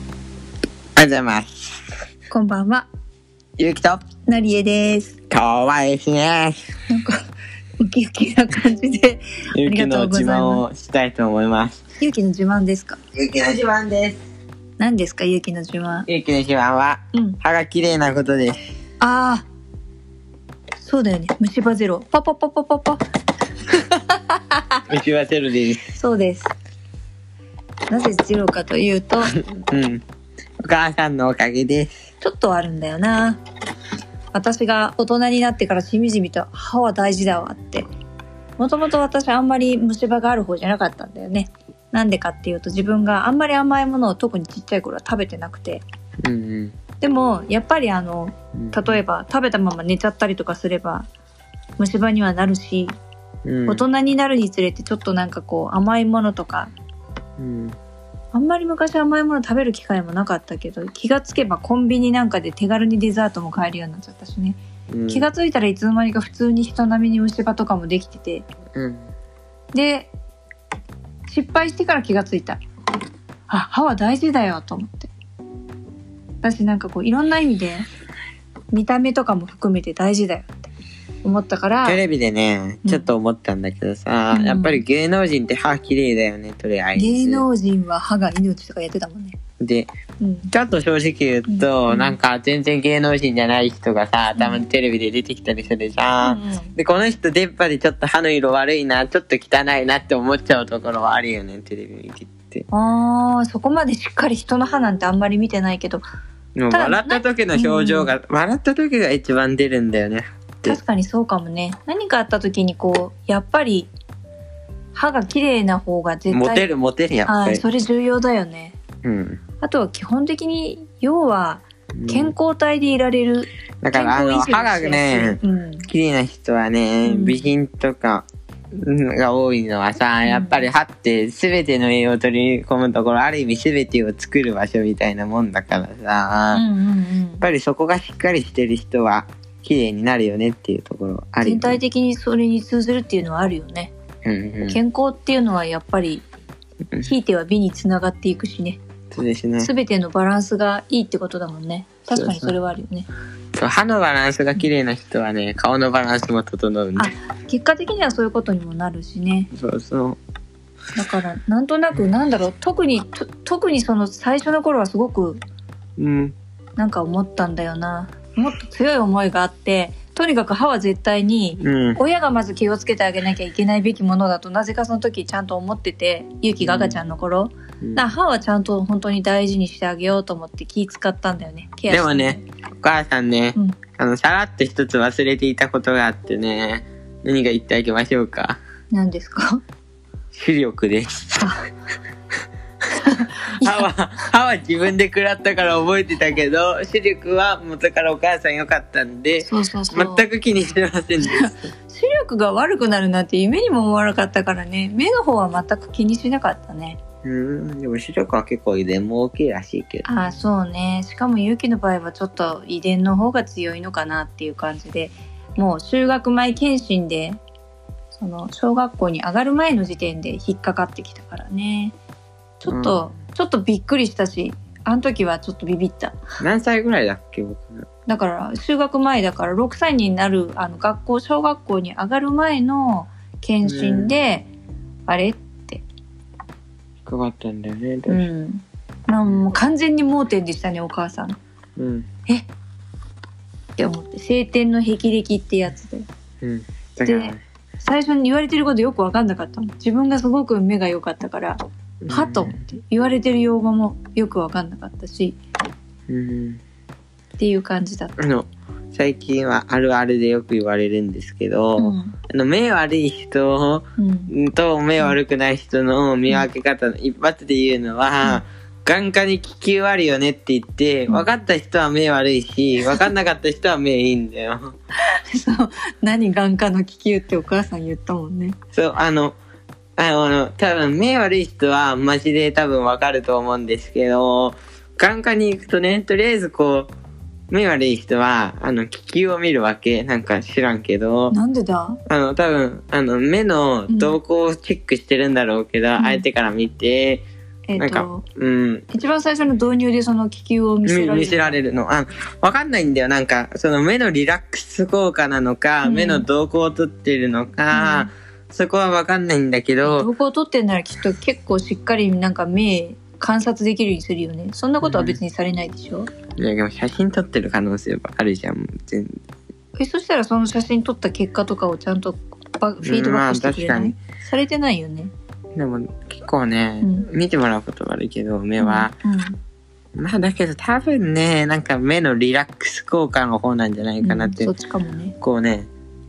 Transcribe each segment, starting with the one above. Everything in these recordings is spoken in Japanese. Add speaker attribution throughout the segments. Speaker 1: ありがとうございます。
Speaker 2: こんばんは、
Speaker 1: ゆうきと、
Speaker 2: なりえです。
Speaker 1: かわいいですね。
Speaker 2: なんか、ウキウキな感じで、
Speaker 1: ゆうきの
Speaker 2: ありがとうござ
Speaker 1: 自
Speaker 2: います
Speaker 1: 慢をしたいと思います。
Speaker 2: ゆうきの自慢ですか
Speaker 1: ゆうきの自慢です。
Speaker 2: 何ですか、ゆうきの自慢。
Speaker 1: ゆうきの自慢は、
Speaker 2: うん。
Speaker 1: 歯が綺麗なこと です。
Speaker 2: ああ、そうだよね。虫歯ゼロ。パパパパパパ。
Speaker 1: 虫歯ゼロです。
Speaker 2: そうです。なぜゼロかというと、
Speaker 1: うん。お母さんのおかげです。
Speaker 2: ちょっとあるんだよな。私が大人になってからしみじみと歯は大事だわって。もともと私あんまり虫歯がある方じゃなかったんだよね。なんでかっていうと自分があんまり甘いものを特にちっちゃい頃は食べてなくて。
Speaker 1: うん
Speaker 2: でもやっぱりあの、
Speaker 1: うん。
Speaker 2: 例えば食べたまま寝ちゃったりとかすれば虫歯にはなるし、
Speaker 1: うん
Speaker 2: 大人になるにつれてちょっとなんかこう甘いものとか
Speaker 1: うん。
Speaker 2: あんまり昔甘いもの食べる機会もなかったけど気がつけばコンビニなんかで手軽にデザートも買えるようになっちゃったしね、
Speaker 1: うん
Speaker 2: 気がついたらいつの間にか普通に人並みに虫歯とかもできてて
Speaker 1: うん。
Speaker 2: で失敗してから気がついたあ歯は大事だよと思って私なんかこういろんな意味で見た目とかも含めて大事だよって思ったから
Speaker 1: テレビでね、ちょっと思ったんだけどさ、
Speaker 2: うん
Speaker 1: やっぱり芸能人って歯綺麗だよね、とりあえず。
Speaker 2: 芸能人は歯が命とかやってたもんね
Speaker 1: で、
Speaker 2: うん
Speaker 1: ちょっと正直言うと、
Speaker 2: うん
Speaker 1: なんか全然芸能人じゃない人がさ、
Speaker 2: うん
Speaker 1: たまにテレビで出てきたりするじゃん。
Speaker 2: うん
Speaker 1: で、この人出っ歯でちょっと歯の色悪いな、ちょっと汚いなって思っちゃうところはあるよね、テレビ見てて。
Speaker 2: あーそこまでしっかり人の歯なんてあんまり見てないけど
Speaker 1: でも
Speaker 2: ただ
Speaker 1: 笑った時の表情が、笑った時が一番出るんだよね。で
Speaker 2: 確かにそうかもね何かあった時にこうやっぱり歯が綺麗な方が絶対
Speaker 1: モテるモテるやっぱ
Speaker 2: はい
Speaker 1: り。
Speaker 2: それ重要だよね
Speaker 1: うん。
Speaker 2: あとは基本的に要は
Speaker 1: う
Speaker 2: 健
Speaker 1: ん
Speaker 2: 康体でいられる、
Speaker 1: だか
Speaker 2: 健
Speaker 1: らあ
Speaker 2: 康維持
Speaker 1: の、
Speaker 2: をしやすい
Speaker 1: 歯がね、
Speaker 2: うん、
Speaker 1: 綺麗な人はね、
Speaker 2: うん
Speaker 1: 美人とかうんが多いのはさ、
Speaker 2: うん
Speaker 1: やっぱり歯って全ての栄養を取り込むところある意味全てを作る場所みたいなもんだからさ、
Speaker 2: うん
Speaker 1: やっ
Speaker 2: うんうん
Speaker 1: ぱりそこがしっかりしてる人は綺麗になるよねっていうところあるよ
Speaker 2: 全
Speaker 1: ね
Speaker 2: 体的にそれに通ずるっていうのはあるよね、
Speaker 1: うんうん、
Speaker 2: 健康っていうのはやっぱり
Speaker 1: うん
Speaker 2: ひいては美につながっていくしね
Speaker 1: そうですね
Speaker 2: 全てのバランスがいいってことだもんね確かにそれはあるよね
Speaker 1: そう歯のバランスが綺麗な人はね顔のバランスも整うんで
Speaker 2: 結果的にはそういうことにもなるしね
Speaker 1: そうそう
Speaker 2: だからなんとなくなんだろう特にと特にその最初の頃はすごく
Speaker 1: うん
Speaker 2: なんか思ったんだよなもっと強い思いがあってとにかく歯は絶対に
Speaker 1: うん
Speaker 2: 親がまず気をつけてあげなきゃいけないべきものだとなぜかその時ちゃんと思ってて勇気が赤ちゃんの頃、な歯はちゃんと本当に大事にしてあげようと思って気使ったんだよねケアして
Speaker 1: でもねお母さんね、
Speaker 2: うん
Speaker 1: あのさらっと一つ忘れていたことがあってね何が言ってあげましょうか
Speaker 2: 何ですか
Speaker 1: 視力です。歯
Speaker 2: いや
Speaker 1: は、歯は自分で食らったから覚えてたけど、視力は元からお母さん良かったんで、
Speaker 2: そうそうそう
Speaker 1: 全く気にしてませ んでした。
Speaker 2: 視力が悪くなるなんて夢にも思わなかったからね目の方は全く気にしなかったね
Speaker 1: うん、でも視力は結構遺伝も大きいらしいけど。
Speaker 2: ああそうねしかも勇気の場合はちょっと遺伝の方が強いのかなっていう感じでもう就学前検診でその小学校に上がる前の時点で引っかかってきたからねちょっと、ちょっとびっくりしたしあの時はちょっとビビった
Speaker 1: 何歳ぐらいだっけ、僕。
Speaker 2: だから就学前だから6歳になるあの学校小学校に上がる前の検診で、あれ
Speaker 1: かかったんだよね。で
Speaker 2: う
Speaker 1: も
Speaker 2: んなんもう完全に盲点でしたねお母さんっ
Speaker 1: うん。
Speaker 2: て思って晴天の霹靂ってやつで
Speaker 1: うん。だからね、
Speaker 2: 最初に言われてることよく分かんなかったもん自分がすごく目が良かったから
Speaker 1: うん
Speaker 2: 「は」と思って言われてる用語もよく分かんなかったし
Speaker 1: うん。
Speaker 2: っていう感じだった。
Speaker 1: あの、最近はあるあるでよく言われるんですけど、
Speaker 2: うん
Speaker 1: あの、目悪い人
Speaker 2: うん
Speaker 1: と目悪くない人の見分け方の一発で言うのは、
Speaker 2: うん
Speaker 1: 眼科に利きあるよねって言って、
Speaker 2: うん
Speaker 1: 分かった人は目悪いし、分かんなかった人は目いいんだよ。
Speaker 2: そう何眼科の気球ってお母さん言ったもんね。
Speaker 1: そう、あの、あの、あの多分目悪い人はマジで多分分かると思うんですけど、眼科に行くとね、とりあえずこう、目悪い人は、あの、利きを見るわけなんか知らんけど、
Speaker 2: なんでだ
Speaker 1: あの、多分、あの、目の動向をチェックしてるんだろうけど、
Speaker 2: ん
Speaker 1: 相手から見て、
Speaker 2: えっ、
Speaker 1: なんか
Speaker 2: と、
Speaker 1: うん。
Speaker 2: 一番最初の導入でその気球を見せられる。
Speaker 1: 見せられるの。あ、わかんないんだよ。なんか、その目のリラックス効果なのか、
Speaker 2: うん
Speaker 1: 目の動向を取ってるのか、そこはわかんないんだけど、
Speaker 2: 動向を取ってんならきっと結構しっかりなんか目観察できるようにするよね。そんなことは別にされないでしょ、
Speaker 1: いやでも写真撮ってる可能性はあるじゃん。全
Speaker 2: えそしたらその写真撮った結果とかをちゃんとバフィードバックしてくれな
Speaker 1: まあ
Speaker 2: い
Speaker 1: 確、
Speaker 2: されてないよね。
Speaker 1: でも結構ね、
Speaker 2: う
Speaker 1: 見てもらうことはあるけど、目は。
Speaker 2: うん、うん
Speaker 1: まあだけど多分ね、なんか目のリラックス効果の方なんじゃないかなって。
Speaker 2: そっちかもね。
Speaker 1: こうね、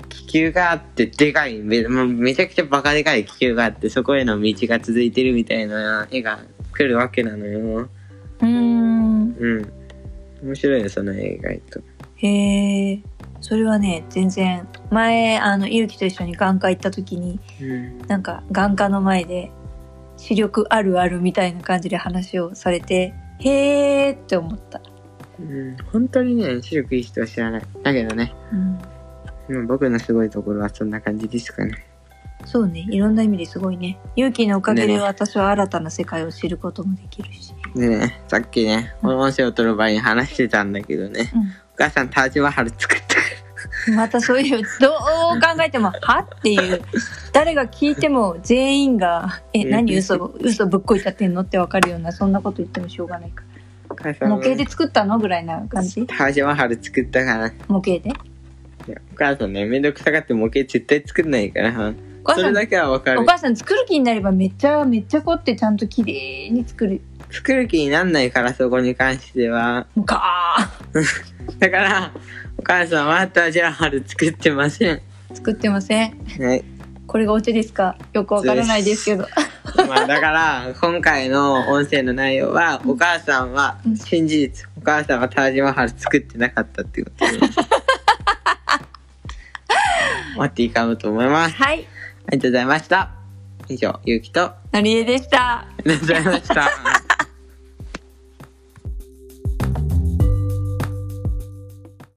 Speaker 1: 気球があって、でかい、めもうめちゃくちゃバカでかい気球があって、そこへの道が続いてるみたいな絵が来るわけなのよ。
Speaker 2: うーん。
Speaker 1: うん。面白いよ、その絵が。と
Speaker 2: へえ。それはね、全然、前、あの、ゆうきと一緒に眼科行った時に、
Speaker 1: うん。
Speaker 2: なんか眼科の前で視力あるあるみたいな感じで話をされてへーって思った、
Speaker 1: うん、本当にね、視力いい人は知らない。だけどね、
Speaker 2: うん、
Speaker 1: うん僕のすごいところはそんな感じですかね。
Speaker 2: そうねいろんな意味ですごいね勇気のおかげ
Speaker 1: ね
Speaker 2: で
Speaker 1: ね
Speaker 2: 私は新たな世界を知ることもできるし、
Speaker 1: でね、さっきね、この音声を撮る場合に話してたんだけどね、お母さん、タージワハル作ったから。
Speaker 2: うん、 またそういうどう考えても「は?」っていう誰が聞いても全員が「え何嘘嘘ぶっこいちゃってんの?」ってわかるようなそんなこと言ってもしょうがないか
Speaker 1: お母さ
Speaker 2: ら
Speaker 1: ん
Speaker 2: 模
Speaker 1: もね
Speaker 2: 型で作ったのぐらいな感じ
Speaker 1: タージワハル作ったから。い
Speaker 2: 模型で
Speaker 1: やお母さんね、めんどくさがって模型絶対作んないから。
Speaker 2: お母
Speaker 1: そ
Speaker 2: さ
Speaker 1: れ
Speaker 2: ん
Speaker 1: だけはわかる
Speaker 2: お母さん作る気になればめっちゃめっちゃ凝ってちゃんと綺麗に作る
Speaker 1: 作る気になんないからそこに関しては
Speaker 2: もうか
Speaker 1: だからお母さんはタージラハル作ってませ ん
Speaker 2: ー作ってません
Speaker 1: はい
Speaker 2: これがオチですかよくわからないですけど
Speaker 1: まあだから今回の音声の内容はお母さんは
Speaker 2: うん
Speaker 1: 真実お母さんはタージマハル作ってなかったっていう ことで終わっていいかもと思います
Speaker 2: はい
Speaker 1: ありがとうございました以上ゆうきとあ
Speaker 2: のりえでした
Speaker 1: りがとうございました